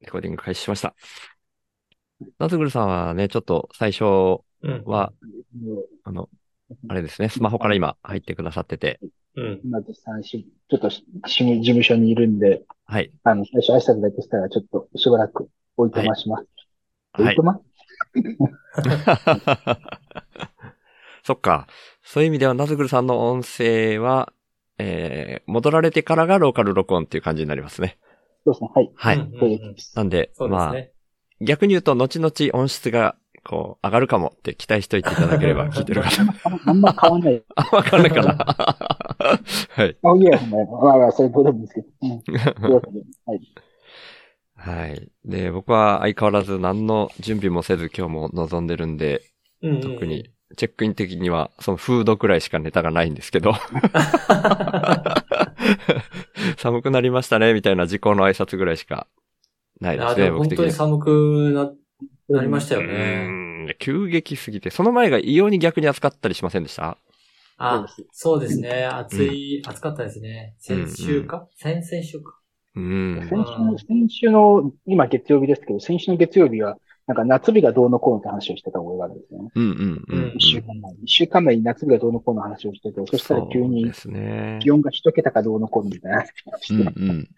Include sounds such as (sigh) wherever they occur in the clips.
レコーディング開始しました。ナズグルさんはね、ちょっと最初うん。は、あの、あれですね、スマホから今入ってくださってて、うん。今と三週、ちょっとし事務所にいるんで、はい、あの、最初挨拶だけしたら、ちょっとしばらくおいとまします。おはいいと。ま (laughs) そっか。そういう意味では、ナズグルさんの音声は、えー、戻られてからがローカル録音っていう感じになりますね。そうですね。はい。はい。うんそううんいううんです。なんで、そうでますあ、ね。逆に言うと、後々音質が、こう、上がるかもって期待しといていただければ聞いてる方。あんあんま変わんない。あ、わかんないかな。 (laughs) はい。あ、いや、ほんまやまあまあ、それどうでもいいんですけ (laughs) ど。うん。というわけではい。はい。で、僕は相変わらず何の準備もせず今日も臨んでるんで、 (laughs) うんうんうん特に。チェックイン的には、そのフードくらいしかネタがないんですけど、 (laughs) 寒くなりましたね、みたいな時効の挨拶ぐらいしかないであすでね、も僕的本当にには。寒くな、なりましたようね。ーん急激すぎて、その前が異様に逆に暑かったりしませんでしたあ、そうですね。暑い、暑かったですね。先週か先々週か。 (laughs) うん。先週の、先週の、今月曜日ですけど、先週の月曜日は、なんか夏日がどうのこうのって話をしてた覚えがあるんですよね。うんうんうんううんん。一週間前に。一週間前に夏日がどうのこうの話をしてて、そしたら急そうにですね。気温が一桁かどうのこうのみたいな。うんうん。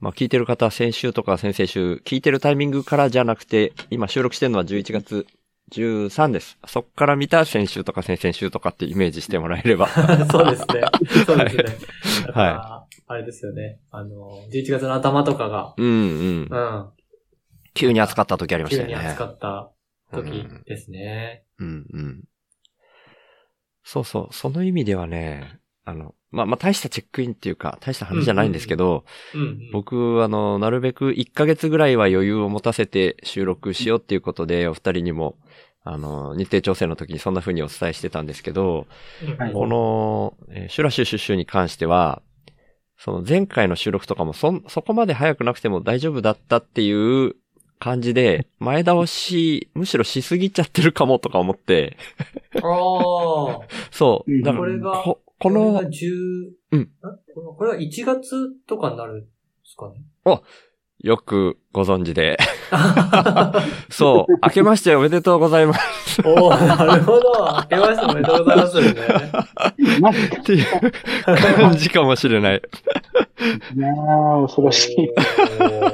まあ聞いてる方は先週とか先々週、聞いてるタイミングからじゃなくて、今収録してるのは11月13です。そっから見た先週とか先々週とかってイメージしてもらえれば。そうですね。そうですね。だか (laughs) はいらあれですよね。あの、11月の頭とかが、うんうんう。ん。急に暑かった時ありまし急たよにね。暑かった時うんですね。うんうん。そうそう。その意味ではね、あの、まあ、まあ、大したチェックインっていうか、大した話じゃないんですけど、うんうん。僕、あの、なるべく1ヶ月ぐらいは余裕を持たせて収録しようっていうことで、お二人にも、あの、日程調整の時にそんな風にお伝えしてたんですけど、うんこの、えーシュラシュシュシュに関しては、その前回の収録とかもそん、そこまで早くなくても大丈夫だったっていう感じで、前倒し、むしろしすぎちゃってるかもとか思って、ああ。そう。だかこれがら、こ、このれが、10、うんんこのこれは1月とかになるんですか (laughs) ね。よくご存知で。そう。明けましておめでとうございます。おおなるほど。明けましておめでとうございますね。マジか。っていう感じかもしれない。いやー、恐ろしい。おーは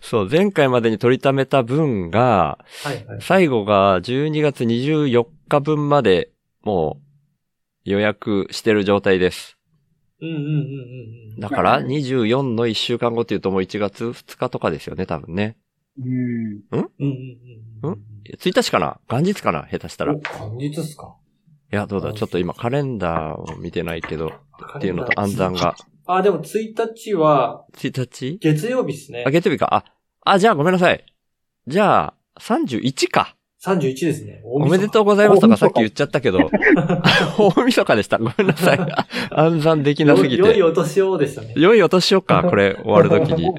そう、前回までに取りためた分が、いはい。最後が12月24日分までもう予約してる状態です。うんうんうんうんうん。だから24の1週間後っていうともう1月2日とかですよね、多分ね。うん。うんうんうんうん。 1日かな元日かな下手したら。いお本日っすかや、どうだちょっと今カレンダーを見てないけど、っていうのと暗算が。あ、でも1日は1日月曜日ですねあ、。月曜日か。あ、あ、じゃあごめんなさい。じゃあ、31か。 31ですね。(laughs) おおめでとうございますとかさっき言っちゃったけど、大晦日でした。ごめんなさい。 (laughs) 暗算できなすぎ良いて。お年をでしたね。良いお年をか、これ、終わると (laughs) きに。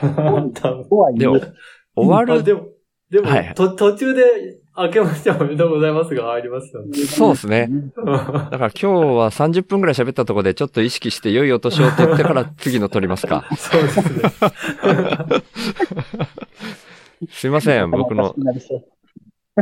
多分とはいえ、でも、終わある、でも、でも、はいはいと途中で、明けましておめでとうございますがありますよね。そうですね。だから今日は30分くらい喋ったところで、ちょっと意識して良いお年をって言ってから次の撮りますか。そうですね。すいませ (laughs) ん。僕の頭おかしくなりそう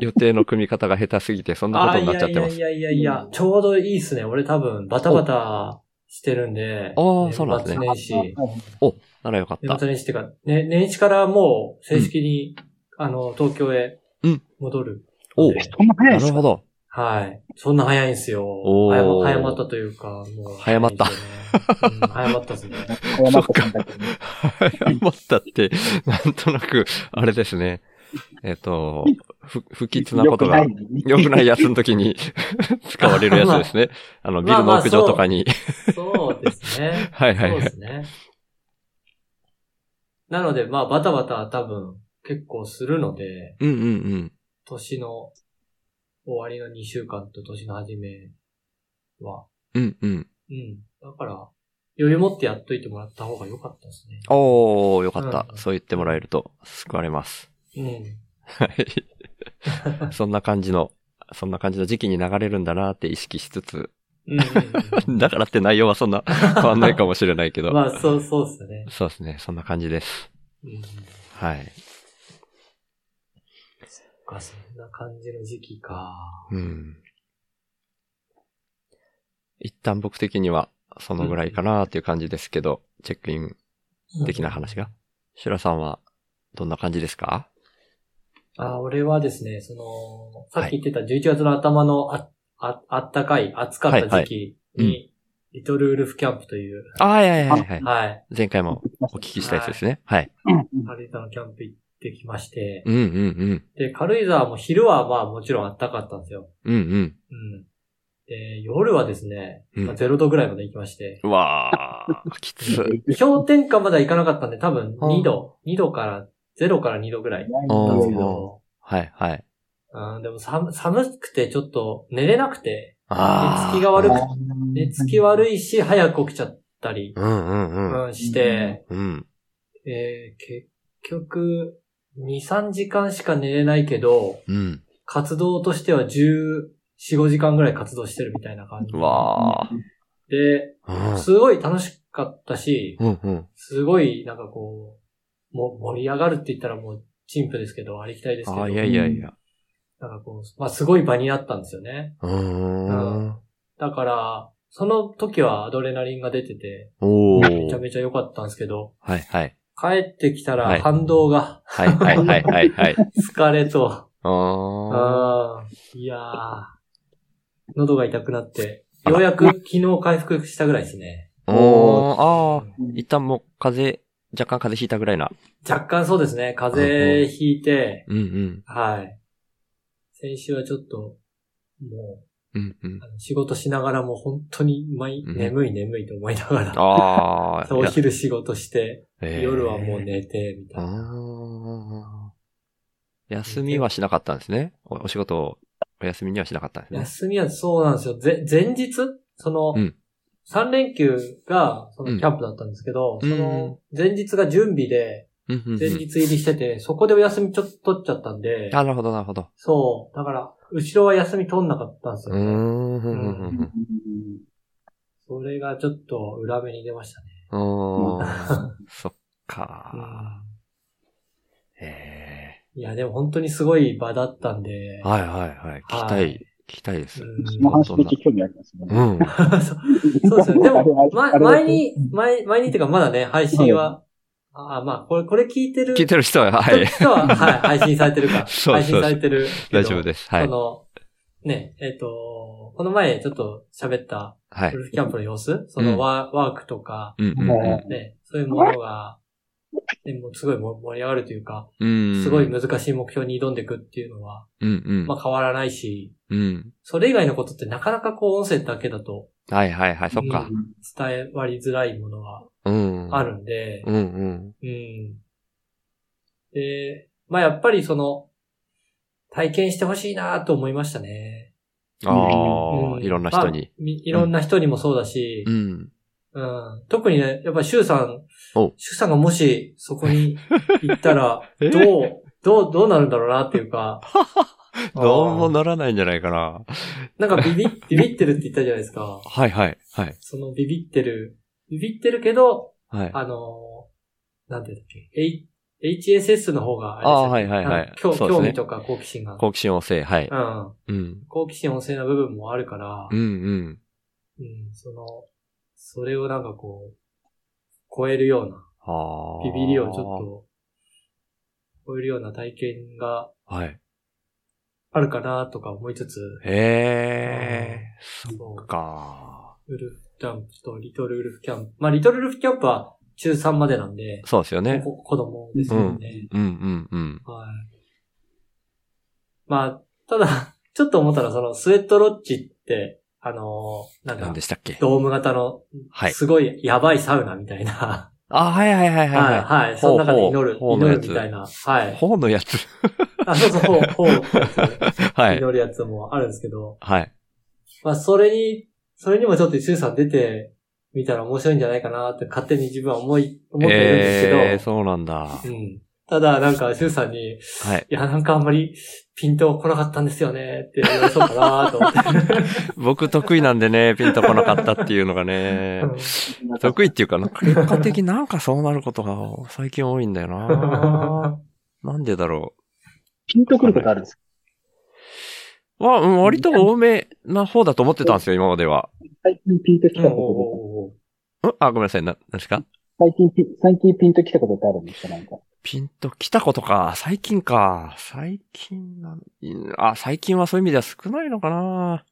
予定の組み方が下手すぎて、そんなこあといになっちゃっやいてやまいす。やいやいや、ちょうどいいっすね。俺多分バタバタしてるんで。おあーそうなんですね年末年始。ならよかっ年た。末年始っていうか、ね、年始からもう正式に、あの、東京へうん戻る。おうえそんな早いなでするかほど。 (laughs) はい。そんな早いんですよ。おー早ま早まったというか、もう早まったいですよねうん早まったですね。小山田さんだけど思ったって、なんとなく、あれですね。えっ、と、不、不吉なことが良くないのに良くないやつの時に (laughs) 使われるやつですね。あの、ビルの屋上とかに。そうですね。はい (laughs) はいそうはでい。すね。なので、まあ、バタバタ多分結構するので、うんうんうん。年の終わりの2週間と年の初めは、うんうん。うん。だから、余裕持ってやっといてもらった方が良かったですね。おー、よかった。うんそう言ってもらえると救われます。うん。はい。 (laughs) そんな感じの、そんな感じの時期に流れるんだなって意識しつつ、うんうんだから (laughs) って内容はそんな変わんないかもしれないけう (laughs) ど。ん、まあ、そう、そうですね。そうですね。そんな感じです。うん。はい。か、そんな感じの時期か。うん。一旦僕的には、そのぐらいかなっていう感じですけど、チェックイン的な話が。シュラさんは、どんな感じですかあ、俺はですね、その、さっき言ってた11月の頭のあ、あ、あったかい、暑かった時期に、はいはリトルウルフキャンプという、ああ、いやいやいやはい。はい、前回もお聞きしたやつですね。はい。軽井沢のキャンプ行ってきまして、うんうんで、軽井沢も昼はまあもちろん暖かったんですよ。うん。うんうん。うん。で、夜はですね、うんまあ、0度ぐらいまで行きまして、うわあ、きつ。氷点下までは行かなかったんで、多分2度、2度から、0から2度ぐらい。あなんですけーど、はいはい。うん、でも寒寒くてちょっと寝れなくて、ああ。寝つきが悪く寝寝つき悪いし、早く起きちゃったり、うんうんうん。うん、して、うん。えー結局、2、3時間しか寝れないけど、うん。活動としては14、5時間ぐらい活動してるみたいな感じう。わあ。で、うんすごい楽しかったし、うんうん。すごいなんかこう、も盛り上がるって言ったらもう、陳腐ですけど、ありきたりですけあど、あ、いやいやいや。なんかこう、まあすごい場になったんですよね。うーん。だから、その時はアドレナリンが出てて、おめちゃー。めちゃ良かったんですけど、はいはい。帰ってきたはらい反動が (laughs) はいはいはいはい (laughs) はい。疲れと、ああ。あーいやー、喉が痛くなって、ようやく昨日回復したぐらいですね。おー、ああ。うん一旦もう風邪、若干風邪ひいたぐらいな。若干そうですね、風邪ひいて、うんうん。はい。先週はちょっと、もうんうんう、。あの仕事しながらも本当に毎、うん眠い眠いと思いながら、ああ。そう (laughs) お昼仕事して、えー夜はもう。寝て、みたいな。ああ。休みはしなかったんですね。おお仕事を、お休みにはしなかったんですね。休みはそうなんですよ。ぜ、前日その、うん3連休が、そうんのキャンプだったんですけど、うんその、前日が準備で、うんうんう前ん。日入りしてて、そこでお休みちょっと取っちゃったんで、あ、なるほどなるほど。そう、だから、後ろは休み取んなかったんですうよーね。ん。うんうんうんそれがちょっと裏目に出ましたね。うーん。そっかー。えいや、でも本当にすごい場だったんえ。、ではいはいはい。聞きたはいい、聞きたいです。その話めっちゃ興味ありますうね。ん。うんそうそうですよね。であれも、あれま、前に、前、前にっていうかまだね、配信は、ああ、まあ、これ、これ聞いてる聞いてる (laughs) 人は、はい。人は、はい、配信されてるか (laughs) そら。うそう配そう信されてるけど。大丈夫です。はいそ。の、ね、えっ、と、この前ちょっと喋った、はいウ。ルフキャンプの様子、そうのんワ,、ワークとか、うんうんうんね、そういうものが、でもすごいも盛り上がるというか、うん。すごい難しい目標に挑んでいくっていうのは、うんうん。まあ変わらないし、うん。それ以外のことってなかなかこう音声だけだとはいはいはい、そっかう。伝え割りづらいものがうん。あ。るんで、うんうん。うん。で、まあやっぱりその、体験してほしいなと思いましたね。あうあ、いろんな人に。まあみいろんな人にもそうだしう、ん。うん特にね、やっぱりシュウさんお、、シュウさんがもしそこに行ったらえ、どう、どう、どうなるんだろうなっていうか (laughs) どうもならないんじゃないかな。なんかビビ、ビビってるって言ったじゃないですか。はいはい、はい。そのビビってる、ビビってるけど、はい。あのーなんて言うんだっけ、H- HSS の方があれあですあ、よねはいはいはいうん。興そうです興ね味とか好奇心が。好奇心旺盛、はい。うん。うん。好奇心旺盛な部分もあるから、うんうん。うん、その、それをなんかこう、超えるような、ああ。ビビりをちょっと、超えるような体験がと。はい。あるかなとか思いつつ、へえ、そそっか。う、ウルフキャンプとリトルウルフキャンプ。まあ、リトルウルフキャンプは中3までなんで、そうですよね。こ子供ですよね。うんうんうん。はい。まあ、ただ、 (laughs) ちょっと思ったら、その、スウェットロッジって、あのーなん何かで、したっけドーム型の、はい。すごいやばいサウナみたいな、あ、はいはいはいはい (laughs) はい、ははい、その中で祈る、ほうほうほうの祈やるつ。みたいな、はいい。ほうのやつ。 (laughs) あ、そうそう、ほう、ほうってやつね、はい。祈るやつもあるんですけど、はい。まあ、それに、それにもちょっとシュウさん出てみたら面白いんじゃないかなって勝手に自分は思い、思ってるんですけど、えー、そうなんだ。うん。ただ、なんか、シュウさんに、いはい。や、なんかあんまりピント来なかったんですよね、って言われそうかなと思って。僕得意なんでね、ピンとこなかったっていうのがねう。(laughs) ん得意っていうか、なんか結果的になんかそうなることが最近多いんだよ (laughs) ななんでだろピンとくることあるんですかう。まあ、うん、割と多めな方だと思ってたんですよ、今までは。最近ピンときうたんおうこおうおううんあ、ごめんなさい、な、何ですかとで、最近ピン、最近ピンときたことってあるんですかなんか。ピンと来たことか。最近か。最近なん、あ、最近はそういう意味では少ないのかな。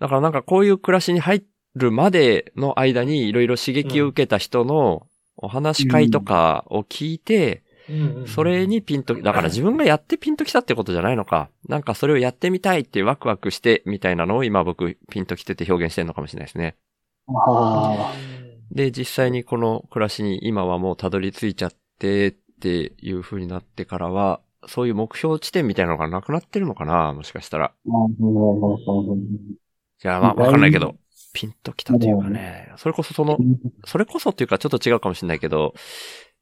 だからなんかこういう暮らしに入るまでの間にいろいろ刺激を受けた人のお話し会とかを聞いて、うんうんそれ、にピンと、だから自分がやってピンときたってことじゃないのか。なんかそれをやってみたいってワクワクしてみたいなのを今僕ピンときてて表現してるのかもしれないですね。ああ、で、実際にこの暮らしに今はもうたどり着いちゃってっていう風になってからは、そういう目標地点みたいなのがなくなってるのかなもしかしたら。いや、まあ、わかんないけど、ピンときたというかね。それこそその、それこそっていうかちょっと違うかもしれないけど、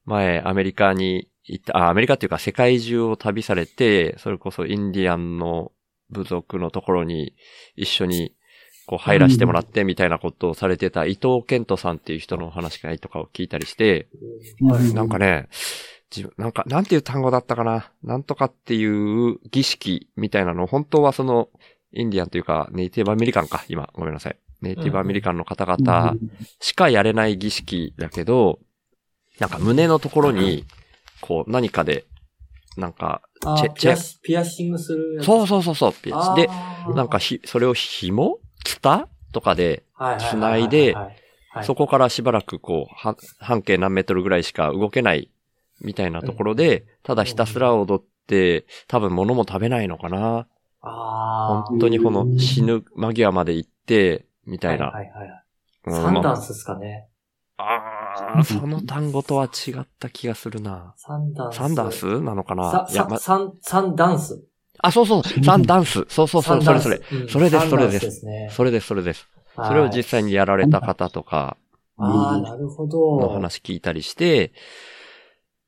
前アメリカに行った、あ、アメリカっていうか世界中を旅されて、それこそインディアンの部族のところに一緒にこう入らせてもらってみたいなことをされてた伊藤健人さんっていう人のお話会とかを聞いたりして、なんかね、自分、なんか、なんていう単語だったかな。なんとかっていう儀式みたいなの、本当はその、インディアンというか、ネイティブアメリカンか、今、ごめんなさい。ネイティブアメリカンの方々しかやれない儀式だけど、なんか胸のところに、こう、何かで、なんか、あチェーピアスピアッシングするやつ。そうそうそうそう、ピあーで、なんか、ひ、それを紐つたとかで、つないでそここからしばらくこう、は半径何メートルぐらいしか動けないみたいなところで、ただひたすら踊って、多分物も食べないのかな。あー本当にこの死ぬ間際まで行って、みたいはな。いはいはいはいうんサンまダンスですかね。ああー、その単語とは違った気がするな。サンダンス。サンダンスなのかさなさいや、ま、サン、サンダンス。あ、そうそう、サンダンス。そうそうそう、それそれ。れそれですそれですですね。それです、それです。それを実際にやられた方とか、ああ、なるほど。の話聞いたりして、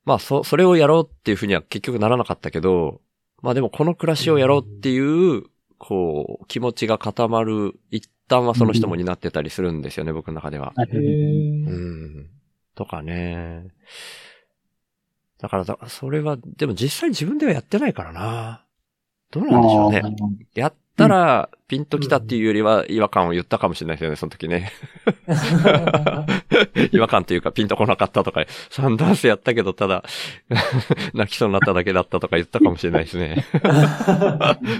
まあ、そ、それをやろうっていうふうには結局ならなかったけど、まあでもこの暮らしをやろうっていう、こう、気持ちが固まる一端はその人も担ってたりするんですよね、僕の中では。へーうん。とかね。だからだ、それは、でも実際自分ではやってないからな。どうなんでしょうね。やったら、ピンときたっていうよりは違和感を言ったかもしれないですよね、その時 (laughs) ね。違和感というか、ピンとこなかったとか、サンダンスやったけど、ただ、 (laughs) 泣きそうになっただけだったとか言ったかもしれないです (laughs) ね。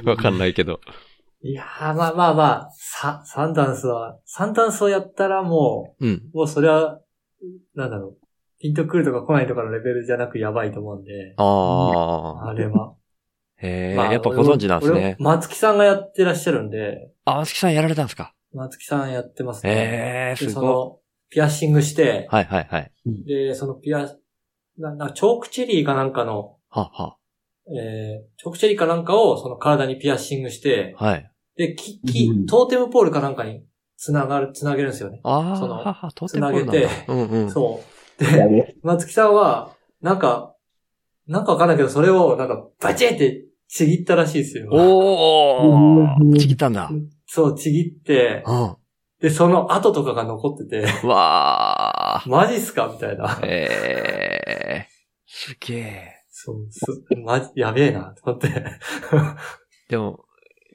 わかんないけど。いやー、まあまあまあ、サ、サンダンスは、サンダンスをやったらもうん。う、もうそれは、なんだろう。ピンとくるとか来ないとかのレベルじゃなくやばいと思うんで、ああ。あれは。へえ、まあやっぱご存知なんです俺もね。松木さんがやってらっしゃるんで、あ、松木さんやられたんですか松木さんやってますね。へえ、ですそごの、ピアッシングしい。、てはいはいはい。で、そのピア、な、な、チョークチェリーかなんかの、はは。えー、チョークチェリーかなんかをその体にピアッシングして、はい。で、き、きうん、トーテムポールかなんかにつながる、つなげるんですよね。ああ、そのはは、とてつもなげなんだて、うんうん。そう。で、松木さんは、なんか、なんかわかんないけど、それを、なんか、バチンってちぎったらしいですよ。おうんー、ちぎったんだ。うん。そう、ちぎって、で、その跡とかが残ってて、 (laughs) わあ。マジっすかみたいな。ええ、すげえ。そう、すマジ、やべえな、と思 (laughs) って。でも、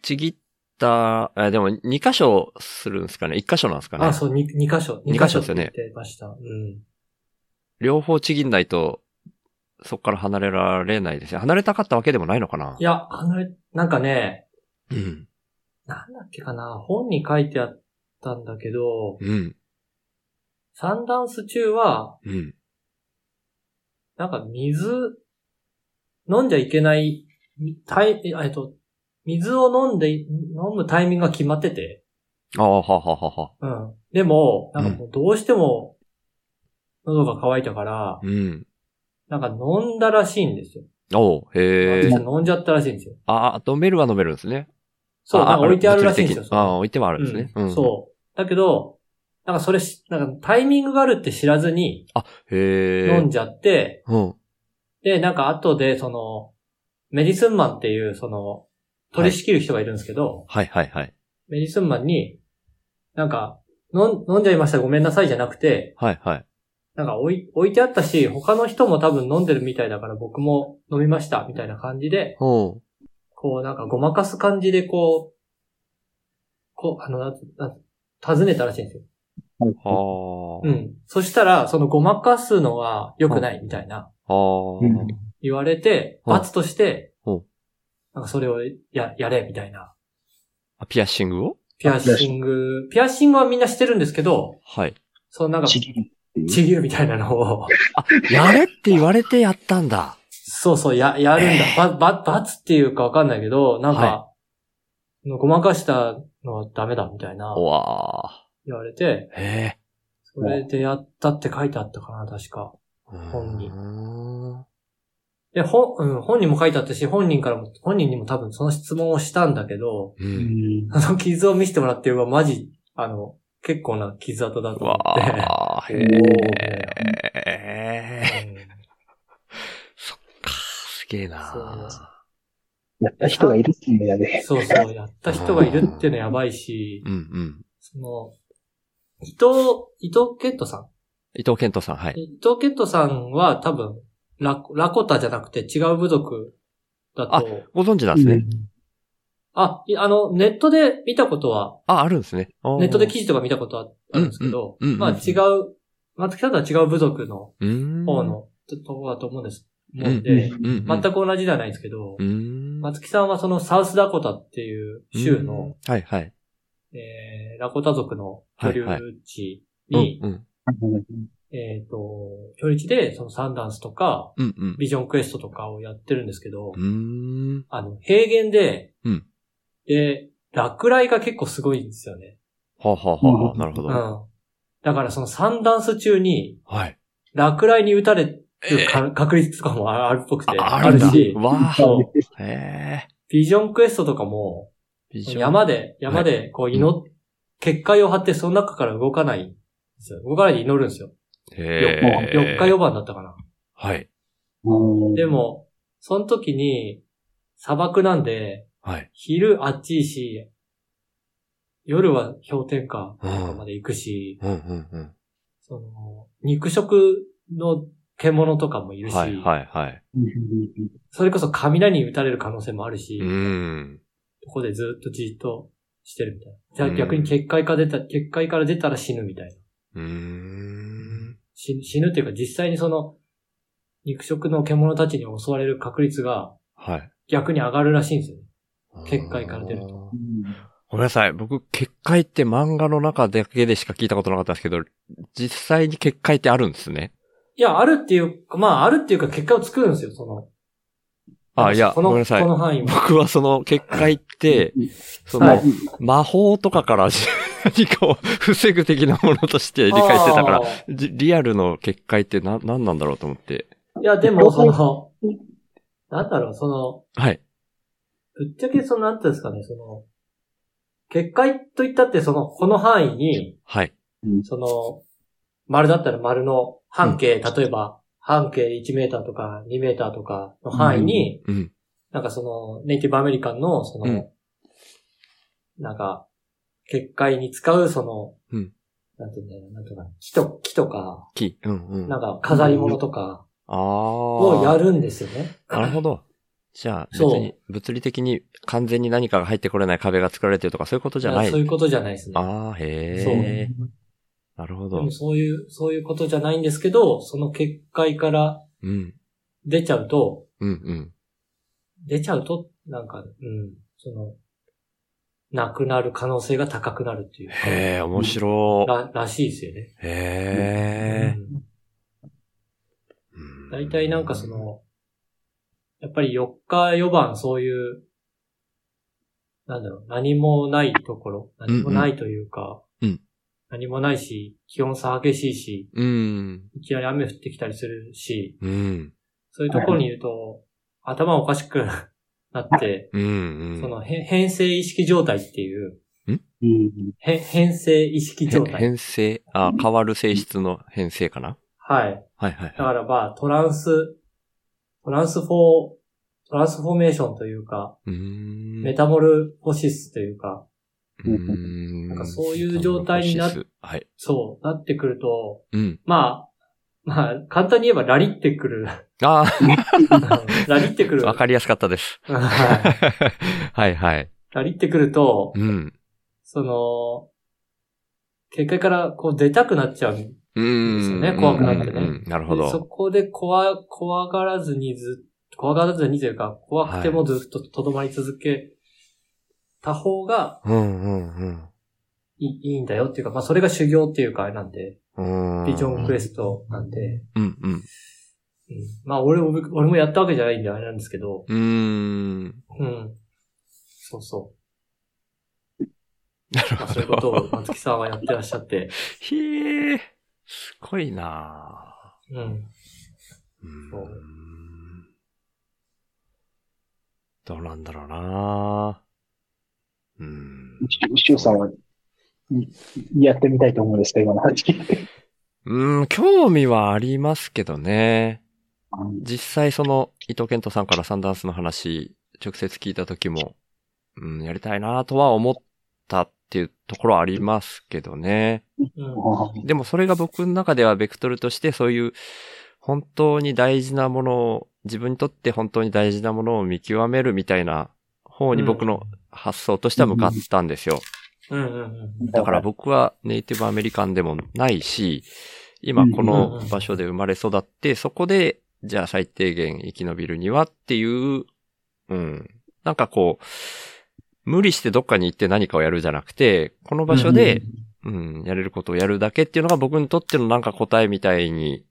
ちぎった、あでも2箇所するんですかね ?1 箇所なんですかねあ、そう、に二箇所。二箇所ですよねって言ってました。うん。両方ちぎんないと、そこから離れられないですね。離れたかったわけでもないのかないや、あの、なんかね、うん。なんだっけかな、本に書いてあったんだけど、うん。サンダンス中は、うん。なんか水、飲んじゃいけない、みタイ、ええっと、水を飲んで、飲むタイミングが決まってて、ああ、はははは。うん。でも、なんかもうどうしても、喉が渇いたから、うん。なんか飲んだらしいんですよ。おう、へえ私。は飲んじゃったらしいんですよ。ああ、飲めるは飲めるんですね。そう、あなんか置いてあるらしいんですよ。ああ、置いてはあるんですね。うんうん。そう。だけど、なんかそれし、なんかタイミングがあるって知らずにう。へえ。飲んじゃって、うん。で、なんか後で、その、メディスンマンっていう、その、取り仕切る人がいるんですけど、はいはいはい。メディスンマンに、なんか、飲ん飲んじゃいましたごめんなさいじゃなくて、はいはい。なんか置い置いてあったし、他の人も多分飲んでるみたいだから僕も飲みましたみたいな感じで、ほこうなんかごまかす感じでこう、こう、あの、なんなん尋ねたらしいんですよ。う。はうあ。ん。そしたら、そのごまかすのは良くないみたいなはあ。うん言われて、うん罰としてうん、なんかそれをや、やれみたいな。あピアッシングをピアッシング、ピアッシングはみんなしてるんですけど、はい。そのなんか、ちちぎるっていう。ぎるみたいなのを、あ、やれって言われてやったんだ。そうそう、や、やるんだ。ば、ば、罰っていうかわかんないけど、なんか、はごまかしたのはダメだみたいなうわあ。言われて、へえ。それでやったって書いてあったかな、確か。本人人。で、本、うん、本人も書いてあったし、本人からも、本人にも多分その質問をしたんだけど、う。うんんあの傷を見せてもらって、うわ、マジ、あの、結構な傷跡だとう思って。 (laughs) わ (laughs) あ。へえ。うんそっか。すげえな。やった人がいるっていうのやで。そうそう、やった人がいるってのやばいし、うんうん。その、伊藤、伊藤ケットさん伊藤健人さん、はい。伊藤ケットさんは多分、ラコ、ラコタじゃなくて違う部族だと、ご存知なんですね。あ、いあの、ネットで見たことは、あ、あるんですね。あーネットで記事とか見たことはあるんですけど、うんうんうんうんまあ違う、松木さんとは違う部族のうーん。方の、とところだと思うんです。もんで、うんうん。全く同じではないんですけど、うーん。松木さんはそのサウスダコタっていう州の、うん。はいはい。えー、ラコタ族の居留地に、うんうん。えっ、と、居留地でそのサンダンスとか、うんうん。ビジョンクエストとかをやってるんですけど、うーん。あの、平原で、うんで、落雷が結構すごいんですよね。はあ、はあはあ、うんなるほうど。んは。だからそのサンダンス中に、い。落雷に打たれるか、確率とかもあるっぽくて、あああるるんだし、わあ。そうへえ。ビジョンクエストとかも、ビジョン山で、山でこう祈っ、結界を張ってその中から動かないんですよ。動かないで祈るんですよ。へえ。 4日4番だったかな。はい。で、も、その時に、砂漠なんで、はい。昼あっちいし、夜は氷点下とかまで行くし、うんうんうん。その、肉食の獣とかもいるし、はいはいはい。それこそ雷に打たれる可能性もあるし、うーん。ここでずっとじっとしてるみたいな。じゃうんあ逆に結界から出た、結界から出たら死ぬみたいな。うーん。死死ぬっていうか実際にその、肉食の獣たちに襲われる確率がはい。逆に上がるらしいんですよね。結界から出ると。ごめんなさい。僕、結界って漫画の中だけでしか聞いたことなかったんですけど、実際に結界ってあるんですね。いや、あるっていうか、まああるっていうか結果を作るんですよ、その。あ、いや、ごこの、めんなさいこ。の範囲は。僕はその結界って、そのはい、魔法とかから何かを防ぐ的なものとして理解してたからあ、じリアルの結界ってな、何なんだろうと思って。ー。いや、でも、その、なんだろう、その、はい。ぶっちゃけその、なんていうんですかね、その、結界といったって、その、この範囲に、はい。その、丸だったら丸の半径、例えば、半径1メーターとか2メーターとかの範囲に、うん。なんかその、ネイティブアメリカンの、その、うんなんか、結界に使う、その、うんなんていうんだろう、なんていうのかな、木と、木とか、木。うんうん。なあんか飾り物とかあをやー。るんですよね。なるほ (laughs) ど。じゃあ、別そうに、物理的に完全に何かが入ってこれない壁が作られてるとか、そういうことじゃない。そういうことじゃないですね。ああ、へえ。なるほでども。そういう、そういうことじゃないんですけど、その結界からうん。出ちゃうと、うんうん。出ちゃうと、なんか、うん、その、なくなる可能性が高くなるっていうかへえ、面白ら、らしいですよね。い。へえ。だいたいなんかそ、の、やっぱり4日4番そういう、なんだろう、何もないところ、何もないというか、うんうん何もないし、気温差激しいし、うん。いきなり雨降ってきたりするし、うん。そういうところにいると、頭おかしくなって、うんうん。その、へ変性意識状態っていう、へ変性意識状へ態。変性、あ、変わる性質の変性かなはい。はいはいだはからまあ、トランス、トランスフォー、トランスフォーメーションというか、うーん。メタモルフォシスというか、うーん。なんかそういう状態になっはい。そう、なってくると、うん。まあ、まあ、簡単に言えばラリって (laughs) くる。あラリ (laughs) ってくる。あ、わかりやすかったです。は (laughs) はいいはい。ラリってくると、うん。その、結界からこう出たくなっちゃう。うーん。ですよね怖くなってねうんうんうんなるほでそど。こで怖、怖がらずにずっ怖がらずにというか、怖くてもずっととどまり続けた方がうんうんいい,、い、いんだよっていうか、まあそれが修行っていうかあれなんで、うん。うーんビジョンクエストなんで、うんうん。うんまあ俺も、俺もやったわけじゃないんであれなんですけど、うーん。うん。そうそう。 (laughs) なるまあほそういうど。ことを松木さんはやってらっしゃって、へえ、すごいなあうん。うーんそうどうなんだろうなうーん。シュウさんは、いやってみたいと思うんですか、今の話。うーん、興味はありますけどね。うん実際その、伊藤健人さんからサンダンスの話、直接聞いた時も、うん、やりたいなとは思ったっていうところはありますけどね。うん。でもそれが僕の中ではベクトルとしてそういう本当に大事なものを、自分にとって本当に大事なものを見極めるみたいな方に僕の発想としては向かったんですよ。うんうんうん。だから僕はネイティブアメリカンでもないし、今この場所で生まれ育って、そこで、じゃあ最低限生き延びるにはっていう、うん。なんかこう、無理してどっかに行って何かをやるじゃなくて、この場所で、うん、やれることをやるだけっていうのが僕にとってのなんか答えみたいに、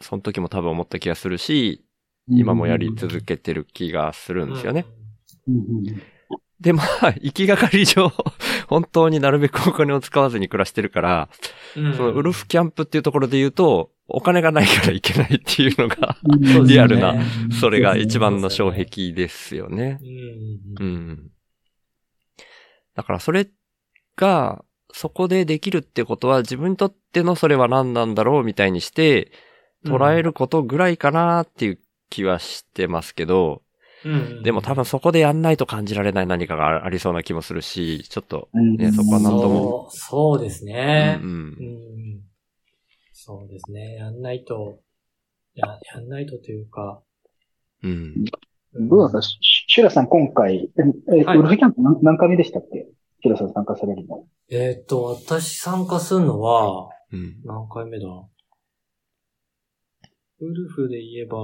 その時も多分思った気がするし、今もやり続けてる気がするんですよね。うんうんで、まあ、行きがかり上、 (laughs) 本当になるべくお金を使わずに暮らしてるから、うん。うん。そのウルフキャンプっていうところで言うと、お金がないから行けないっていうのが、うんそうですリよアねルな、それが一番のそう障ですよね壁ですよねう。んうんううんん。だからそれが、そこでできるってことは自分にとってのそれは何なんだろうみたいにして、捉えることぐらいかなっていう気はしてますけど、うん。でも多分そこでやんないと感じられない何かがありそうな気もするし、ちょっと、うんねそこはなんともそう、そうですうね。んう、ん。そうですね。やんないと、や、やんないとというか。うん、うん。どうなんですかシシュラさん、今回、え、えはいウルフキャンプ何何回目でしたっけシュラさん参加されるの。えーっと、私参加するのは、うん。何回目だウルフで言えば、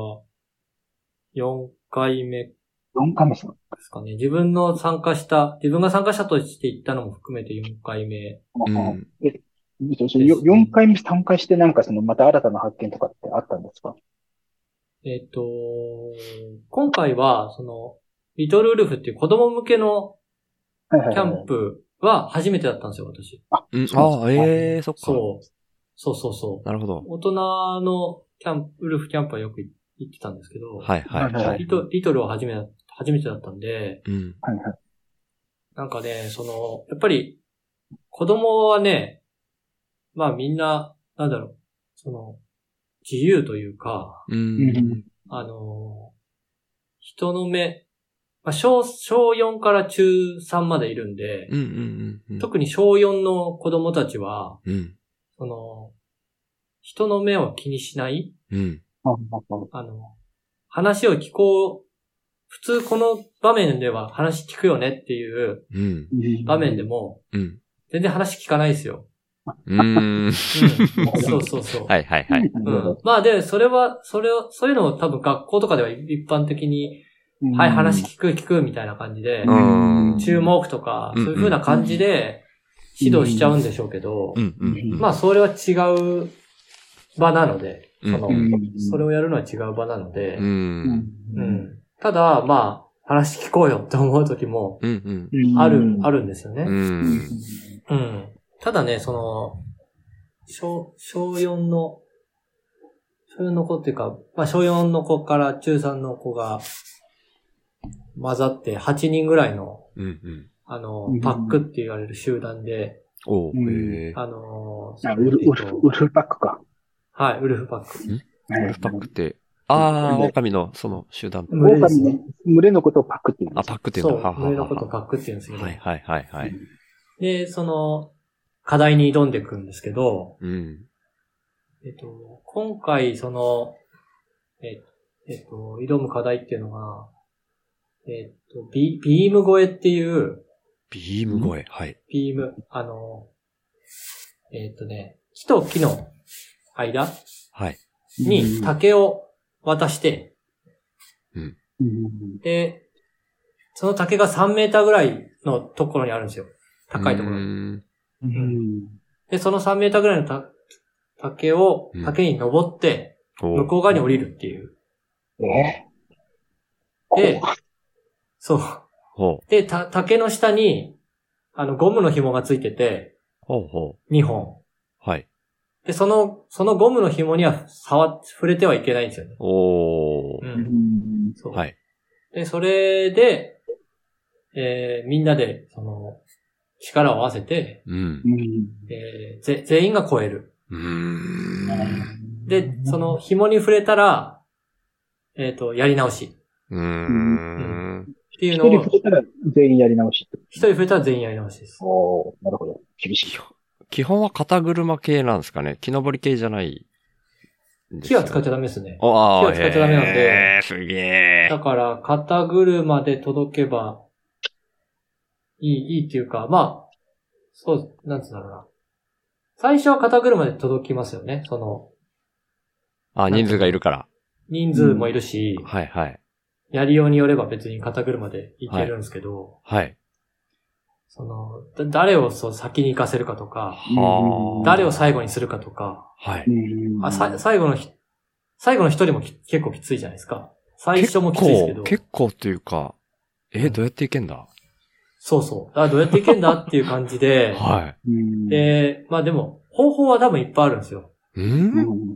4回目4回目ですかですかね。自分の参加した、自分が参加者として行ったのも含めて4回目。うん4回目、3回してなんかその、また新たな発見とかってあったんですかえっ、と、今回は、その、リトルウルフっていう子供向けのキキャンプは初めてだったんですよ、私。うん。ああ、ええそっか。そう。そうそうそう。なるほど。大人のキャンプ、ウルフキャンプはよく行ってたんですけど、はいはいはいははいい。リトリトルは初めだ、初めてだったんで、うん。はいはい。なんかね、その、やっぱり、子供はね、まあみんな、なんだろう、その、自由というか、ううんん。あのー人の目、まあ、小、小4から中3までいるんで、うんうんうん。特に小4の子供たちは、うん。その、人の目を気にしない、うん。ああああの、話を聞こう、普通この場面では話聞くよねっていううん。場面でも、うん。全然話聞かないで (laughs) すよ。うん。うん、そうそうそう。はいはいはい。うん、まあで、それは、それを、そういうのを多分学校とかでは一般的に、はい、話聞く聞くみたいな感じで、うん。注目とか、うんそういう風な感じで指導しちゃうんでしょうけどう、んうん。まあそれは違う場なので、そうんの、それをやるのは違う場なのでう、ん。うんただ、まあ、話聞こうよって思う時も、うんうん。ある、あるんですようね。ん。うん。ただね、その、小、小4の、小4の子っていうか、まあ小4の子から中3の子が混ざって8人ぐらいの、うんうん。あうのん、パックって言われる集団で、おへえ。あのーあウル、ウルフ、ウルフパックか。はい、ウルフパック。ウルフパックって、ああ、狼の、その、集団。群れです狼ね。、群れのことをパックって言うんであ、すよパックっていうそのう、群れのことをパックって言うんですけど。はいはいはいはい。で、その、課題に挑んでいくんですけど、うん。えっと、今回、その、え、えっと、挑む課題っていうのが、えっと、ビビーム越えっていう、ビーム声。はい。ビーム、あの、えっとね、木と木の間はい。に竹を渡して、うんうんで、その竹が3メーターぐらいのところにあるんですよ。高いところうに。んうんうんで、その3メーターぐらいのた竹をうん、竹に登って、お向こう側に降りるっていう。えで、そう。ほう。で、た、竹の下に、あの、ゴムの紐がついてて、ほうほ2本。う。はい。で、その、そのゴムの紐には触っ、触れてはいけないんですよね。おうー。ん。そう。はい。で、それで、えーみんなで、その、力を合わせて、うん。えーぜ、全員が超える。うーん。で、そ、の紐に触れたら、えっ、と、やり直しうーん。っていう一のを、人一触れたら全員やり直しって。人触れたら全員やり直しです。おーなるほど。厳しい。基本は肩車系なんですかね木登り系じゃないんです火よはね。使っちゃダメですね。ああ、火は使っちゃダメなんでへーすげえ。だから、肩車で届けば、いい、いいっていうか、まあ、そう、なんつうんだろうな。最初は肩車で届きますよね。その、あ、人数がいるから。人数もいるし、はいはい。やりようによれば別に肩車で行けるんですけど、はい。その、だ誰をそう先に行かせるかとか、はあ。誰を最後にするかとか、はうい。んあ、さ、最後のひ、最後の一人もき結構きついじゃないですか。最初もきついですけど。結構、結構というか、え、どうやっていけんだそうそう。あ、どうやっていけんだっていう感じで。はうんで、まあでも、方法は多分いっぱいあるんですよ。い。ううんん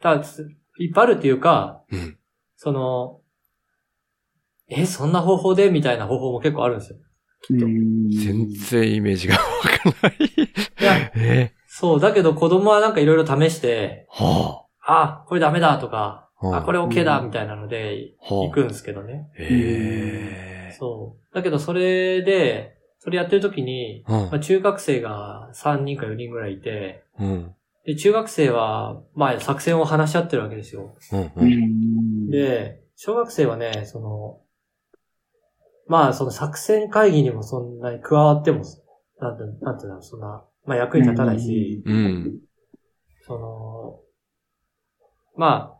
ただ、ついっぱいあるっていうか、うん。その、え、そんな方法でみたいな方法も結構あるんですよ。全然イメージがわかんない。 (laughs) いや、えそう、だけど子供はなんかいろいろ試して、はあ、これダメだとか、あ。あ、これ、れ OK だみたいなので、は行あくんですけどね。へえ。そう。だけどそれで、それやってる時に、うんまあ、中学生が3人か4人ぐらいいて、うん。で、中学生は、まあ、作戦を話し合ってるわけですよ。うん。ううん。ん、で、小学生はね、その、まあ、その作戦会議にもそんなに加わっても、なんて、なんていうの、そんな、まあ、役に立たないし、うん。その、ま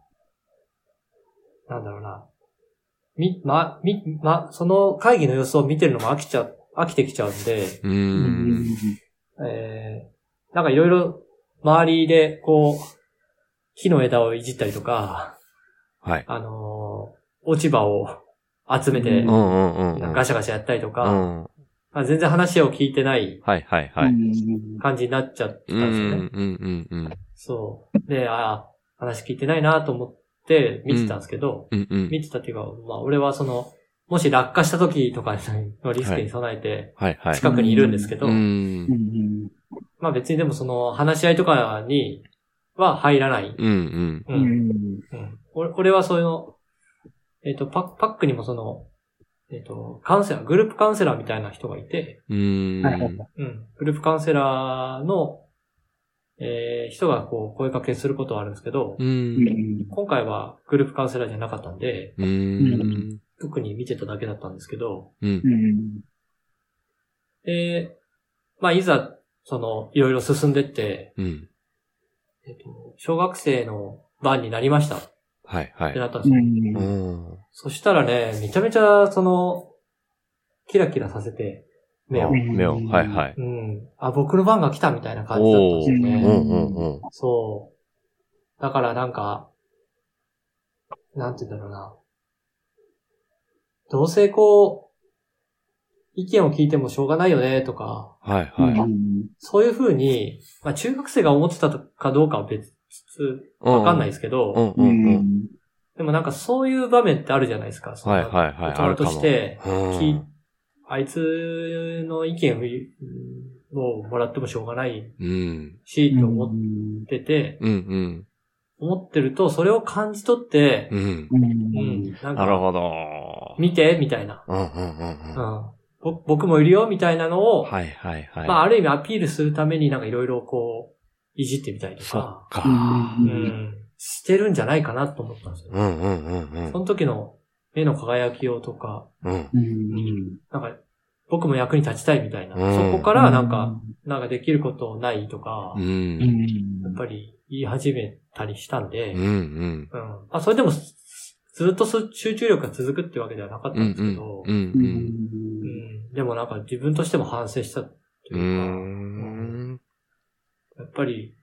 あ、なんだろうな。み、ま、み、ま、その会議の様子を見てるのも飽きちゃ、飽きてきちゃうんで、う。うんえー、なんかいろいろ周りでこう、木の枝をいじったりとか、はい。あのー落ち葉を集めてう、んううんうんうん。ガシャガシャやったりとうか、ん。まあ、全然話を聞いてないはいはいはい。感じになっちゃってたうんんうですよね。んうんうん。そう。で、ああ、話聞いてないなと思って見てたんですけど、うんうん。見てたっていうか、まあ俺はその、もし落下した時とかのリスクに備えてはいはい。近くにいるんですけど、うん。うんまあ別にでもその話し合いとかには入らない。うんうん。う。うんんうん。俺俺はそういうの、えっ、とパッ、パックにもその、えっ、と、カウンセラー、グループカウンセラーみたいな人がいて、うん。はいはいはうん。グループカウンセラーの、えー人がこう声かけすることはあるんですけど、うん。今回はグループカウンセラーじゃなかったんで、うん。特に見てただけだったんですけど、うんう。んで、まあ、いざ、その、いろいろ進んでって、うん。えっと、小学生の番になりましたっはいはてい。なったんですよ。ううんん。そしたらね、めちゃめちゃ、その、キラキラさせて、目をあ。目を。はいはい。うん。あ、僕の番が来たみたいな感じだったんですようおんうーね。んうん。そう。だからなんか、なんて言うんだろうな。どうせこう、意見を聞いてもしょうがないよね、とか、はいはい。そういうふうに、まあ中学生が思ってたかどうかは別、わかんないですけど、うんうんうん。でもなんかそういう場面ってあるじゃないですか。そのはいはいはいあ大るか人もとして、うきん。あいつの意見をうんをもらってもしょうがないうん。し、と思っってて、うんうん。思ってると、それを感じ取って、うん。うんうん、ななるんか、ほど。見て、みたいな。うんうんうんううん。ん。ぼ僕もいるよ、みたいなのを、はいはいはい。まあ、ある意味アピールするためになんかいろいろこう、いじってみたりとそっか、かう。うんん、してるんじゃないかなと思ったんですよ。うんうんうんうそん。の時の目の輝きようとか、うん。うんなんか、僕も役に立ちたいみたいな。うんそこから、なんか、、なんかできることないとかう、。うんんやっぱり言い始めたりしたんで、うんううん。ん。あ、それでも、ずずっとそ集中力が続くってわけではなかったうんんですうけんど、。ううんうんんでもなんか自分としても反省したとうん。ういうか、ん。やっぱり、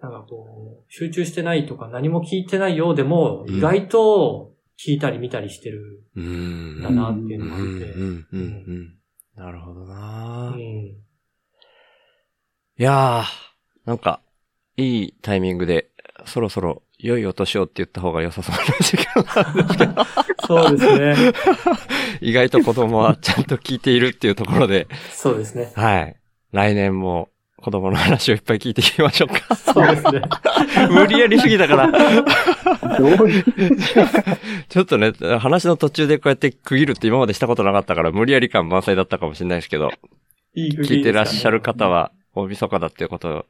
なんかこう、集中してないとか何も聞いてないようでも、うん意外と聞いたり見たりしてるうんんんだなっていううんのがあって、うんうんうん。なるほどなうぁんいやー、なんか、いいタイミングで、そろそろ良いお年をって言った方が良さそうな時間なんですけど、そうですね。 (laughs) 意外と子供はちゃんと聞いているっていうところで、そうですね。はい。来年も子供の話をいっぱい聞いていきましょうか。そうです (laughs) ね。無理やりすぎた (laughs) から、どういうちょっとね、話の途中でこうやって区切るって今までしたことなかったから、無理やり感満載だったかもしれないですけど、いい区切聞いりてでらっすしかゃねる (laughs) 方は、大晦日だっていうことを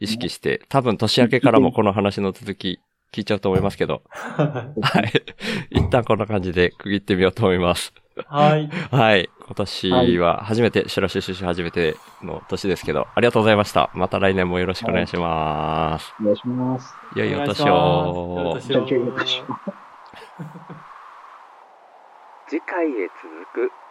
意識して、多分年明けからもこの話の続き聞いちゃうと思いますけど、はい。一旦こんな感じで区切ってみようと思います。はい。はい。今年は初めて、白シュシュ初めての年ですけど、ありがとうございました。また来年もよろしくお願いします。お願いします。良いお年お願をいし。ますよじゃあ今日よろしく次回へ続く。